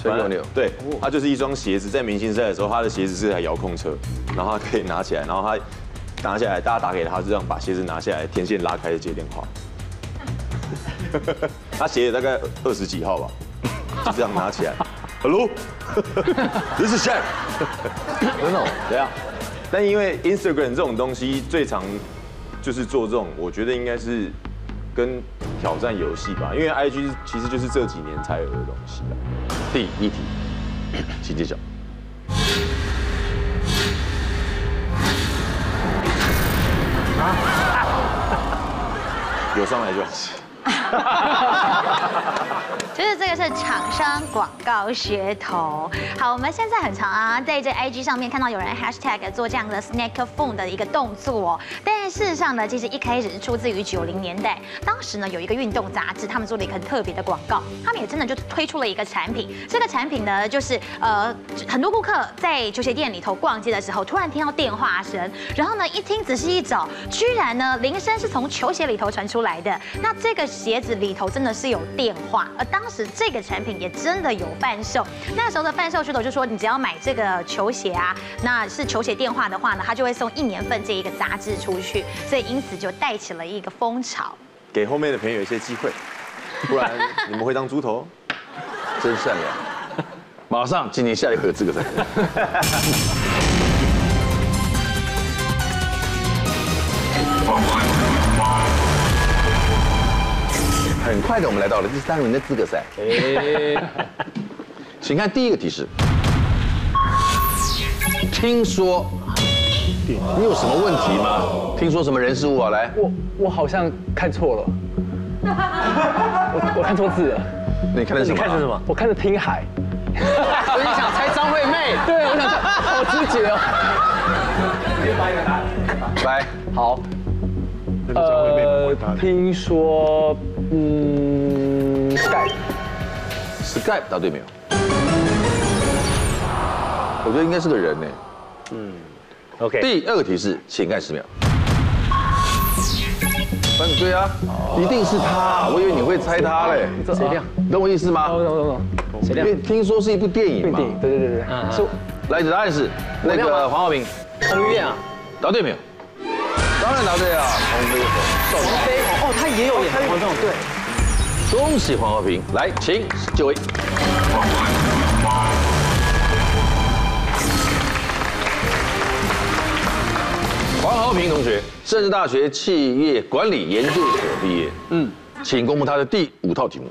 S1: Shaquille O'Neal 哦
S6: 对，他就是一双鞋子，在明星赛的时候，他的鞋子是台遥控车，然后他可以拿起来，然后他拿下来，大家打给他，就这样把鞋子拿下来，天线拉开就接电话。 <laughs> 他鞋子大概二十几号吧，就这样拿起来，Hello，This is Shaq。
S1: 真的哦，
S6: 对啊，但因为 Instagram 这种东西最常就是做这种，我觉得应该是跟挑战游戏吧，因为 IG 其实就是这几年才有的东西啊。
S1: 第一
S6: <coughs>
S1: 题，请揭晓。啊
S6: 有上来就好。
S5: 就是这个是厂商广告噱头。好，我们现在很常啊，在这 IG 上面看到有人 hashtag 做这样的 snack phone 的一个动作、哦，但事实上呢，其实一开始是出自于九零年代，当时呢有一个运动杂志，他们做了一个很特别的广告，他们也真的就推出了一个产品，这个产品呢就是呃很多顾客在球鞋店里头逛街的时候，突然听到电话声，然后呢一听仔细一找，居然呢铃声是从球鞋里头传出来的，那这个鞋子里头真的是有电话，而当时这个产品也真的有贩售。那时候的贩售噱头就说，你只要买这个球鞋啊，那是球鞋电话的话呢，它就会送一年份这一个杂志出去，所以因此就带起了一个风潮。
S6: <laughs> 给后面的朋友一些机会，不然你们会当猪头。哦
S1: 真善良。
S2: <laughs>
S1: 马上今年下一回有资格赛。很快的，我们来到了第三轮的资格赛。
S2: 哎
S1: 请看第一个提示。听说你有什么问题吗？听说什么人事物啊？来，
S3: 我我好像看错了，我我看错字了，
S1: 你看的是什
S2: 你
S1: 么？啊
S2: 看成什？么？
S3: 我看着听海。所以你想猜张惠
S8: <laughs>
S3: 妹？对，我想猜，好直觉哦。
S1: 来，
S3: 好，
S4: 那个张惠妹蛮会
S8: 呃
S4: 搭的。
S3: 听说，嗯，Skype，
S1: Skype 答对没有？我觉得应该是个人呢。
S2: OK，
S1: 第二个提示，请看十秒。翻对啊，一定是他，我以为你会猜他嘞，
S3: 谁亮？
S1: 你懂我意思吗？
S3: 懂懂懂懂，谁
S1: 因
S3: 亮
S1: 为？听说是一部电影嘛
S3: 对。对对
S9: 嗯
S3: 对对，是
S1: 来，答案是那
S3: 亮
S1: 个
S3: 吗
S1: 黄浩明，
S3: 彭于晏啊，
S1: 答对没有？当然答对啊，黄飞鸿，少
S3: 飞鸿哦，他也有演黄仲，对，
S1: 恭喜黄浩平，来，请就位。黄浩平同学，政治大学企业管理研究所毕业。嗯，请公布他的第五套题目。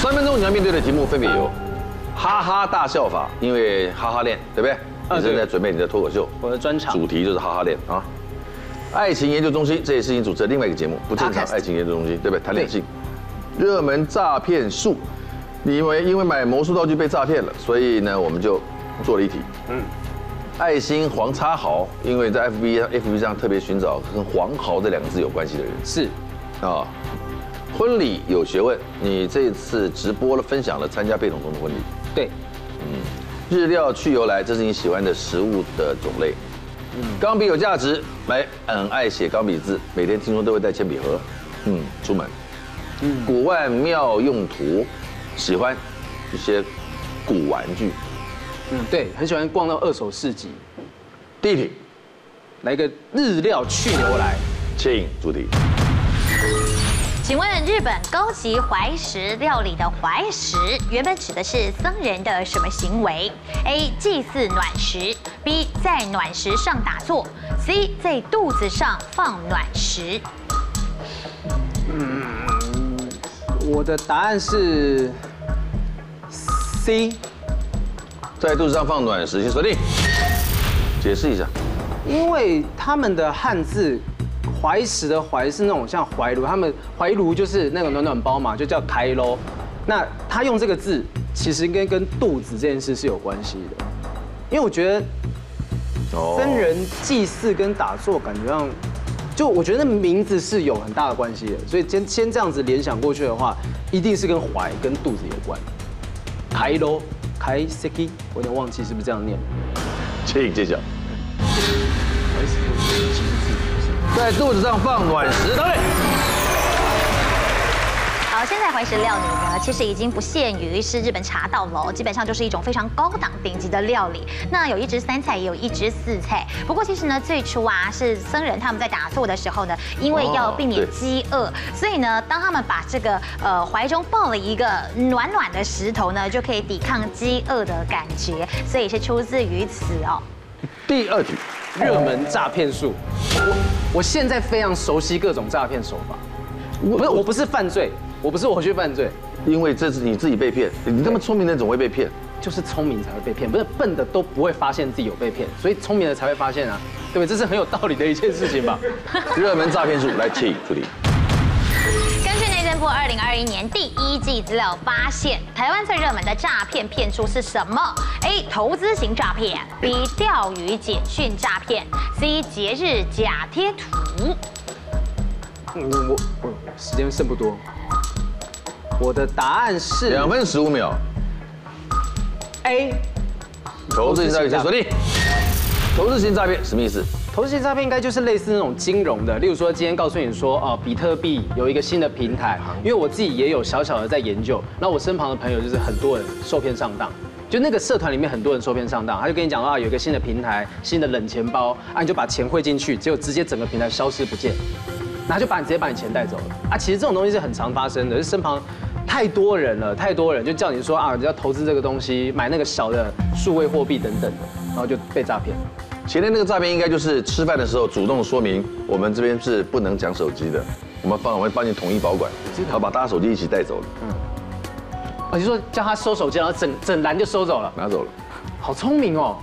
S1: 三分钟你要面对的题目分别有：哈哈大笑法，因为哈哈练，对不对？你正在准备你的脱口秀，
S3: 我的
S2: <laughs>
S3: 专场
S1: 主题就是哈哈练啊。爱情研究中心，这也是你主持的另外一个节目，不正常
S3: Podcast
S1: 爱情研究中心，对不对？谈恋性，热门诈骗术，你因为因为买魔术道具被诈骗了，所以呢，我们就做了一题。嗯，爱心黄叉豪，因为在 FB FB 上特别寻找跟黄豪这两个字有关系的人
S3: 是
S1: 啊。婚礼有学问，你这次直播了，分享了参加贝桶中的婚礼。嗯
S3: 对，
S1: 日料去由来，这是你喜欢的食物的种类。钢笔有价值，来，很爱写钢笔字，每天听说都会带铅笔盒，嗯，出门。
S3: 嗯
S1: 古玩妙用途，喜欢一些古玩具。
S3: 嗯对，很喜欢逛到二手市集，
S1: 第一题，
S3: 来个日料去牛来，
S1: 请主题。
S5: 请问日本高级怀石料理的怀石原本指的是僧人的什么行为？A. 祭祀卵石，B. 在卵石上打坐，C. 在肚子上放卵石。
S3: 我的答案是 C。
S1: 在肚子上放卵石，请锁定。解释一下，
S3: 因为他们的汉字“怀石”的“怀”是那种像怀炉，他们怀炉就是那个暖暖包嘛，就叫开喽。那他用这个字，其实应该跟肚子这件事是有关系的，因为我觉得
S1: 哦
S3: 僧人祭祀跟打坐感觉上，就我觉得名字是有很大的关系的，所以先先这样子联想过去的话，一定是跟怀跟肚子有关。开喽，开 seki，我有点忘记是不是这样念。
S1: 请揭晓。在肚子上放卵石，答对。
S5: 好，现在怀石料理呢，其实已经不限于是日本茶道了，基本上就是一种非常高档顶级的料理。那有一只三菜，也有一只四菜。不过其实呢，最初啊是僧人他们在打坐的时候呢，因为要避免
S1: 对
S5: 饥饿，所以呢，当他们把这个呃怀中抱了一个暖暖的石头呢，就可以抵抗饥饿的感觉，所以是出自于此哦。
S1: 第二题，
S3: 热门诈骗术，我我现在非常熟悉各种诈骗手法。不是，我不是犯罪，我不是我去犯罪，
S1: 因为这是你自己被骗，你那么聪明的人总会被骗。
S3: 就是聪明才会被骗，不是笨的都不会发现自己有被骗，所以聪明的才会发现啊，对不对？这是很有道理的一件事情吧？
S1: 热门诈骗术，来，请助理。
S5: 过二零二一年第一季资料发现，台湾最热门的诈骗骗术是什么？A. 投资型诈骗，B. 钓鱼简讯诈骗，C. 节日假贴图。
S3: 嗯，我嗯时间剩不多，我的答案是
S1: 两分十五秒，
S3: A。
S1: 投资型诈骗，请锁定。投资型诈骗什么意思？
S3: 投资型诈骗应该就是类似那种金融的，例如说今天告诉你说，呃，比特币有一个新的平台，因为我自己也有小小的在研究，那我身旁的朋友就是很多人受骗上当。就那个社团里面很多人受骗上当，他就跟你讲啊，有一个新的平台，新的冷钱包，啊，你就把钱汇进去，结果直接整个平台消失不见，然后就把你直接把你钱带走了啊。其实这种东西是很常发生的，就是身旁太多人了，太多人就叫你说啊，你要投资这个东西，买那个小的数位货币等等的，然后就被诈骗。
S1: 前天那个诈骗应该就是吃饭的时候主动说明，我们这边是不能讲手机的，我们放我们帮你统一保管，然后把大家手机一起带走了，
S3: 我哦就说叫他收手机，然后整整篮就收走了，
S1: 拿走了。
S3: 好聪明哦！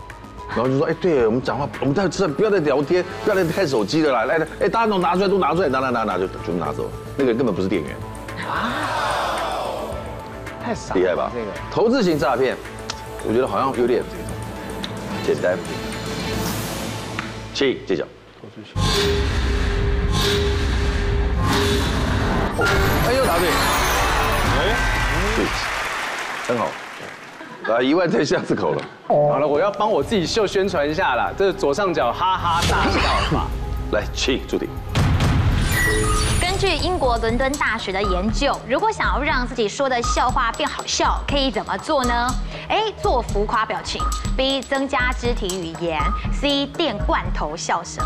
S1: 然后就说，哎，对我们讲话，我们在吃饭，不要再聊天，不要再看手机了啦，来来，哎，大家都拿出来，都拿出来，拿拿拿拿，就全部拿走了。那个人根本不是店员，
S3: 太傻了，
S1: 厉害吧
S3: 这个？
S1: 投资型诈骗，我觉得好像有点简单。请揭晓。哎呦，答对。哎，对，很好。啊，一万在下次口了。
S3: 好了，我要帮我自己秀宣传一下啦，这左上角哈哈大笑嘛。
S1: 来，请朱婷。
S5: 根据英国伦敦大学的研究，如果想要让自己说的笑话变好笑，可以怎么做呢？A. 做浮夸表情；B. 增加肢体语言；C. 垫罐头笑声。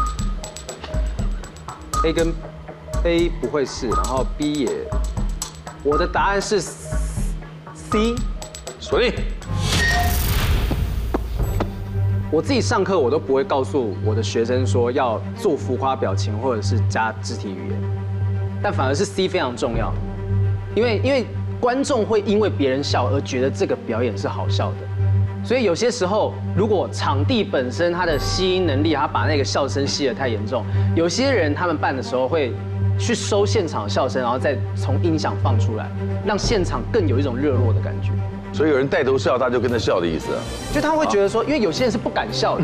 S3: A 跟 A 不会是，然后 B 也，我的答案是 C。
S1: 锁定。
S3: 我自己上课我都不会告诉我的学生说要做浮夸表情或者是加肢体语言，但反而是 C 非常重要，因为因为观众会因为别人笑而觉得这个表演是好笑的，所以有些时候如果场地本身它的吸音能力，它把那个笑声吸得太严重，有些人他们办的时候会。去收现场笑声，然后再从音响放出来，让现场更有一种热络的感觉。
S1: 所以有人带头笑，大家就跟着笑的意思啊。
S3: 就他会觉得说，因为有些人是不敢笑的，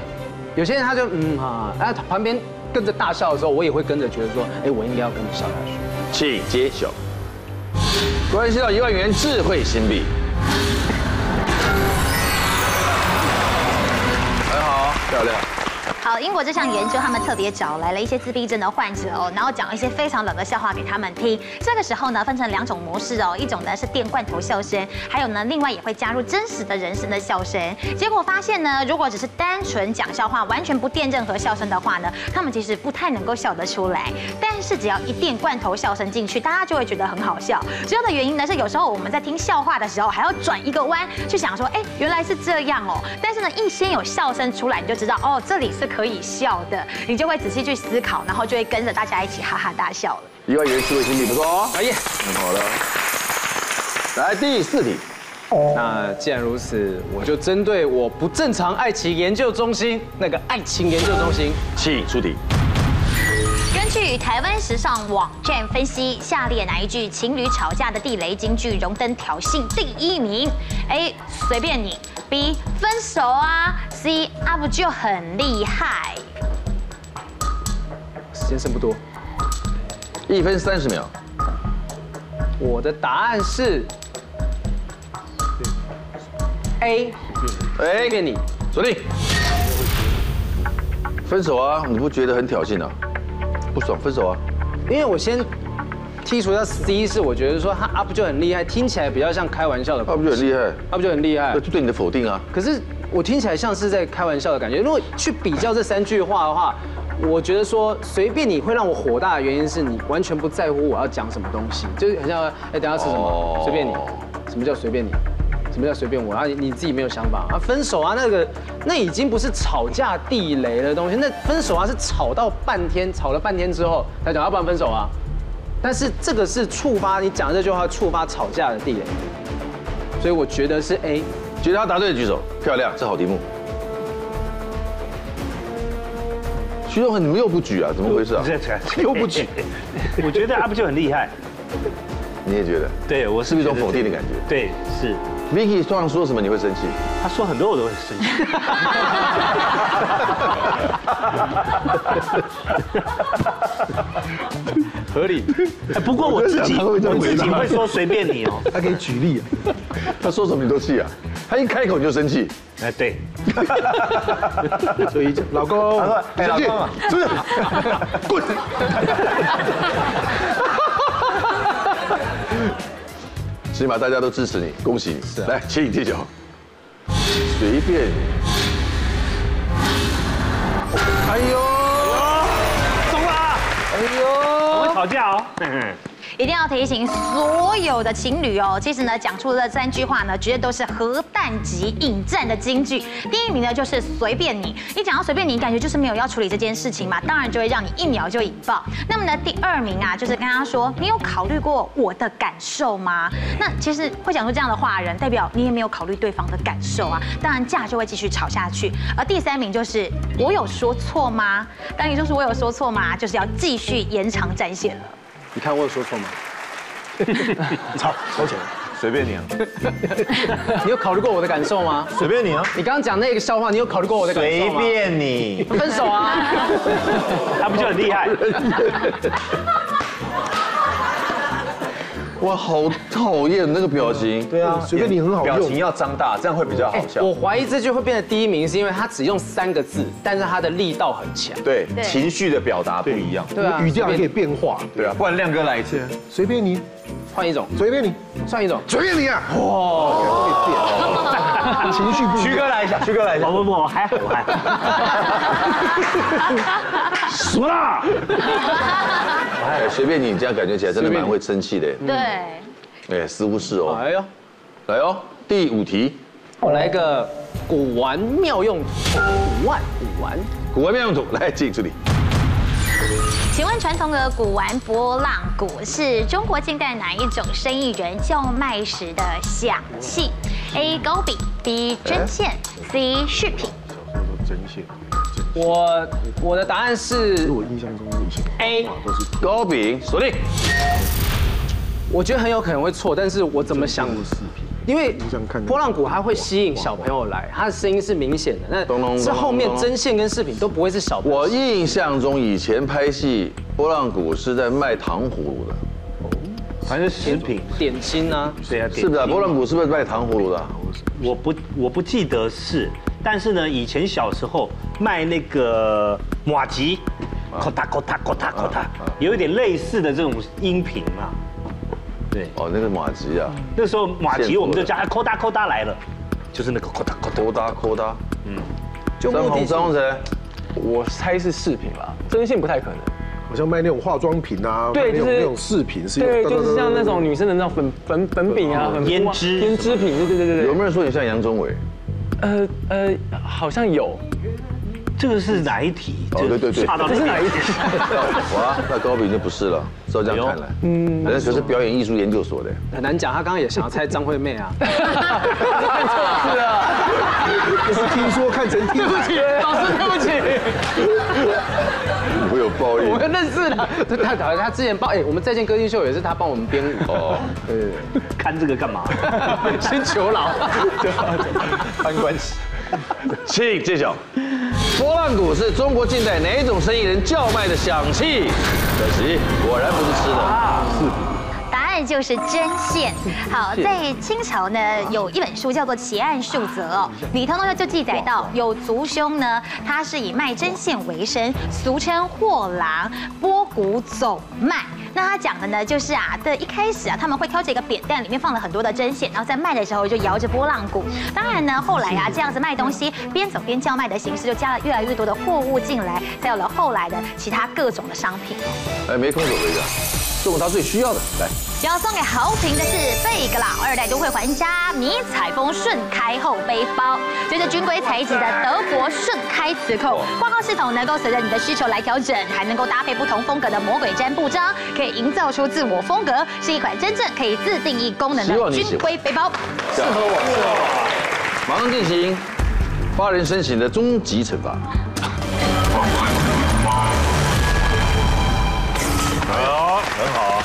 S3: 有些人他就嗯啊，那旁边跟着大笑的时候，我也会跟着觉得说，哎，我应该要跟着笑下去。
S1: 请揭晓。关系到一万元智慧新币。很好，漂亮。
S5: 好，英国这项研究，他们特别找来了一些自闭症的患者哦，然后讲一些非常冷的笑话给他们听。这个时候呢，分成两种模式哦，一种呢是电罐头笑声，还有呢，另外也会加入真实的人声的笑声。结果发现呢，如果只是单纯讲笑话，完全不垫任何笑声的话呢，他们其实不太能够笑得出来。但是只要一垫罐头笑声进去，大家就会觉得很好笑。主要的原因呢是有时候我们在听笑话的时候，还要转一个弯去想说，哎，原来是这样哦。但是呢，一先有笑声出来，你就知道哦，这里是可以笑的，你就会仔细去思考，然后就会跟着大家一起哈哈大笑了。
S1: 一万元智慧新币不错哦，
S3: 哎呀，
S1: 很好的。来第四题，
S3: 那既然如此，我就针对我不正常爱情研究中心那个爱情研究中心，
S1: 请出题。
S5: 根据台湾时尚网站分析，下列哪一句情侣吵架的地雷金句荣登挑衅第一名？A. 随便你，B. 分手啊，C. 啊不就很厉害。
S3: 时间剩不多，
S1: 一分三十秒，
S3: 我的答案是 A，
S1: 哎
S3: 随便你。
S1: 锁定。分手啊，你不觉得很挑衅啊？不爽，分手啊。
S3: 因为我先剔除掉 C 是，我觉得说他 up 就很厉害，听起来比较像开玩笑的口
S1: 啊
S3: 气，
S1: 不就很厉害？
S3: up 就很厉害
S1: 那。就对你的否定啊。
S3: 可是我听起来像是在开玩笑的感觉。如果去比较这三句话的话，我觉得说随便你会让我火大的原因是你完全不在乎我要讲什么东西，就是很像哎，等一下吃什么
S1: 哦
S3: 随便你，什么叫随便你？什么叫随便我？啊，你你自己没有想法啊？分手啊，那个那已经不是吵架地雷的东西，那分手啊是吵到半天，吵了半天之后才讲要不然分手啊。但是这个是触发你讲这句话触发吵架的地雷，所以我觉得是哎 A。
S1: 觉得他答对的举手，漂亮，这好题目。徐仲恒，你们又不举啊？怎么回事啊？
S2: 这这
S1: 又不举，
S2: 啊我觉得阿布就很厉害。
S1: 你也觉得？
S2: 对我
S1: 是不是一种
S2: 觉得
S1: 否定的
S2: 这
S1: 感觉
S2: 对，是。
S1: Vicky 通常说什么你会生气？
S2: 他说很多我都会生气。
S1: <laughs>
S6: 合理。
S2: 哎不过我自己，
S1: 我 <laughs> 就想他会这样
S2: 我
S1: 回
S2: 自
S1: 答
S2: 己会说随便你哦。
S4: 他可以举例啊，
S1: 他说什么你都气啊？他一开口你就生气，
S2: 哎，对，
S4: 所以就老公，
S1: 哎老公啊，真的滚！起码大家都支持你，恭喜你！是
S6: 啊
S1: 来，请你踢球，随便你。
S2: 中了，哎呦，会吵架哦。
S5: 一定要提醒所有的情侣哦，其实呢，讲出这三句话呢，绝对都是核弹级引战的金句。第一名呢就是随便你，一讲到随便你，感觉就是没有要处理这件事情嘛，当然就会让你一秒就引爆。那么呢，第二名啊，就是跟他说，你有考虑过我的感受吗？那其实会讲出这样的话的人，代表你也没有考虑对方的感受啊，当然架就会继续吵下去。而第三名就是我有说错吗？当你就是我有说错吗，就是要继续延长战线了。
S3: 你看我有说错吗？
S4: 吵吵起来，
S6: 随便你啊，
S3: <laughs> 你有考虑过我的感受吗？
S6: 随便你啊，
S3: 你刚刚讲那个笑话，你有考虑过我的感受
S1: 啊
S6: 随
S3: 吗？
S6: 便你。
S3: 分手啊！
S2: 他不就很厉
S1: <laughs>
S2: 害？
S1: 哇，好讨厌那个表情。
S4: 对啊，随便你很好
S6: 表
S4: 用
S6: 情。要张大，这样会比较好笑。
S3: 我怀疑这句会变成第一名，是因为他只用三个字，但是他的力道很强。
S6: 对，
S5: 对
S6: 情绪的表达不一样。
S3: 对啊，
S4: 语调也可以
S3: 随便
S4: 变化，
S6: 对啊，不然亮哥来一次。
S4: 随便你，
S3: 换一种，
S4: 随便你，
S3: 算一种。
S4: 随便你啊！哇，可以变，情绪不一
S6: 徐
S4: 样。
S6: 哥来一下，徐哥来一下
S2: 哦不。不不，我还好，我还
S1: <laughs>
S2: 好。输了。
S1: 哎，随便你，这样感觉起来真的蛮会生气的。
S5: 对。
S1: 哎，似乎是
S6: 啊
S1: 哦。
S3: 哎呦，
S1: 来哦，第五题，
S3: 我来一个古玩妙用图，古玩古玩。
S1: 古玩面用土，来，请助理。
S5: 请问传统的古玩波浪鼓是中国近代哪一种生意人叫卖时的响器？A. 钩笔，B. 针线，C. 饰品。
S3: 我我的答案是
S4: 我印象中以前
S3: A，
S1: 高饼锁定，
S3: 我觉得很有可能会错，但是我怎么想？因为波浪鼓它会吸引小朋友来，它的声音是明显的。
S1: 咚咚咚
S3: 那是后面针线跟饰品都不会是小朋友。
S1: 我印象中以前拍戏，波浪鼓是在卖糖葫芦的，
S2: 反正食品，
S3: 点心啊，
S2: 对啊，
S1: 是不是、啊？波浪
S2: 鼓？
S1: 鼓是不是卖糖葫芦的啊、
S2: 我不我不记得是，但是呢，以前小时候卖那个马吉，
S1: 啊
S2: 咔嗒咔嗒咔嗒咔嗒，有一点类似的这种音频嘛。对，
S1: 哦，那个马吉啊，
S2: 那时候马
S1: 现
S2: 吉
S1: 做
S2: 我们就
S1: 的
S2: 叫它咔嗒咔嗒来了，就是那个咔嗒咔嗒。
S1: 抠搭抠搭，
S8: 就
S1: 张
S8: 目
S1: 红
S8: 的
S1: 张
S8: 性，
S1: 红谁？
S8: 我猜是饰品吧，针线不太可能。
S4: 好像卖那种化妆品啊，
S8: 对
S4: 卖那种
S8: 就是
S4: 那种饰品是有
S8: 对，就是像那种女生的那种粉粉粉饼啊，粉
S2: 胭脂
S8: 胭脂品，对对对对
S1: 有
S8: 对。
S1: 没有人说你像杨宗纬？
S8: 呃呃，好像有，
S2: 这个是哪一题？
S1: 哦对对对
S2: 差到
S8: 这是哪一
S2: 题？
S1: 哇，那高饼就不是了。照这样看来，嗯，人家可是表演艺术研究所的。
S3: 很难讲。他刚刚也想要猜张惠妹啊，
S8: <laughs>
S4: 就是听说看成听说，
S3: 老师对不起，
S1: 我有报应
S3: 我们认识了。他他他之前帮哎，我们再见歌星秀也是他帮我们编舞，
S1: 哦，
S2: <laughs> 看这
S1: <laughs>
S2: 个干嘛？
S3: 先求饶。
S1: 请揭晓。波浪鼓是中国近代哪种生意人叫卖的响器？可惜，果然不是吃的。
S5: 答案就是针线。好，在清朝呢，有一本书叫做《奇案数则》哦，里头呢就记载到有族兄呢，他是以卖针线为生，俗称货郎、波谷走卖。那他讲的呢，就是啊，这一开始啊，他们会挑着一个扁担，里面放了很多的针线，然后在卖的时候就摇着波浪鼓。当然呢，后来啊，这样子卖东西，边走边叫卖的形式，就加了越来越多的货物进来，才有了后来的其他各种的商品。
S1: 哎，没空手回家，送他最需要的。来，
S5: 要送给豪平的是贝格朗二代都会玩家迷彩风顺开后背包，随着军规采集的德国顺开磁扣，挂号系统能够随着你的需求来调整，还能够搭配不同风格的魔鬼毡布章，可以营造出自我风格，是一款真正可以自定义功能
S1: 希望
S5: 的
S1: 你喜欢
S5: 军规背包。
S1: <laughs> 适合我。马上进行八人申请的终极惩罚。好，很好。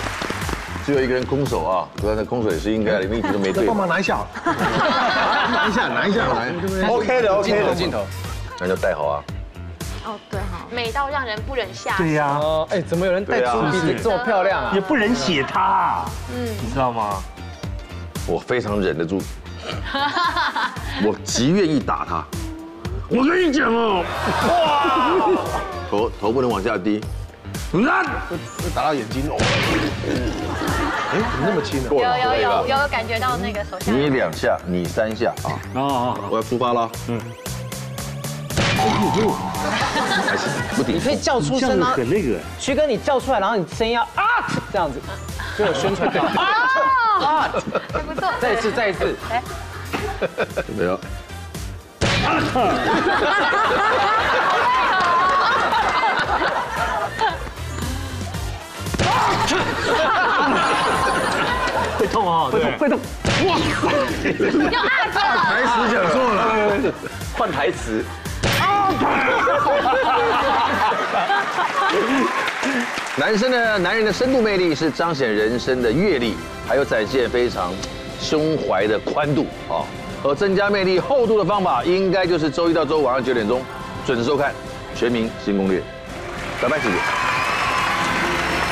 S1: 只有一个人空手啊，不然那空手也是应该的，因为一局都没对
S4: 帮。忙拿一下好了，拿一下，拿一下好了，对不对？
S1: OK 的
S9: 镜
S1: OK
S9: 头
S1: 的，
S9: 镜头。
S1: 那就戴好啊。
S7: 哦，对哈，
S10: 美到让人不忍下。
S2: 对呀、
S9: 哦，哎，怎么有人戴猪鼻子这么漂亮啊
S2: 也？不忍写他、啊，
S10: 嗯
S2: 你知道吗？
S1: 我非常忍得住，我极愿意打他。我跟你讲哦，哇，头头不能往下低，滚蛋！
S4: 打到眼睛哦。哎，怎么那么轻呢？
S1: 过
S10: 有
S1: 了，
S10: 有
S1: 过
S10: 有
S1: 了
S10: 哦有有感觉到那个手下。
S1: 你啊两下，你三下啊！
S2: 哦，
S1: 我要出发了。嗯。还行，不抵
S3: 你可以叫出
S2: 这样
S3: 声
S2: 子
S3: 啊，
S2: 很那个，
S3: 徐哥你叫出来，然后你声音要啊这样子，就有宣传到。啊，
S10: 还不错。
S3: 再一次，再一次，
S1: 怎么样？
S2: 会痛哦，会痛，会痛，
S4: 台词讲错了，
S6: 换台词，
S1: 男生的男人的深度魅力是彰显人生的阅历，还有展现非常胸怀的宽度啊。而增加魅力厚度的方法，应该就是周一到周五晚上九点钟准时收看《全民新攻略》。拜拜，谢谢，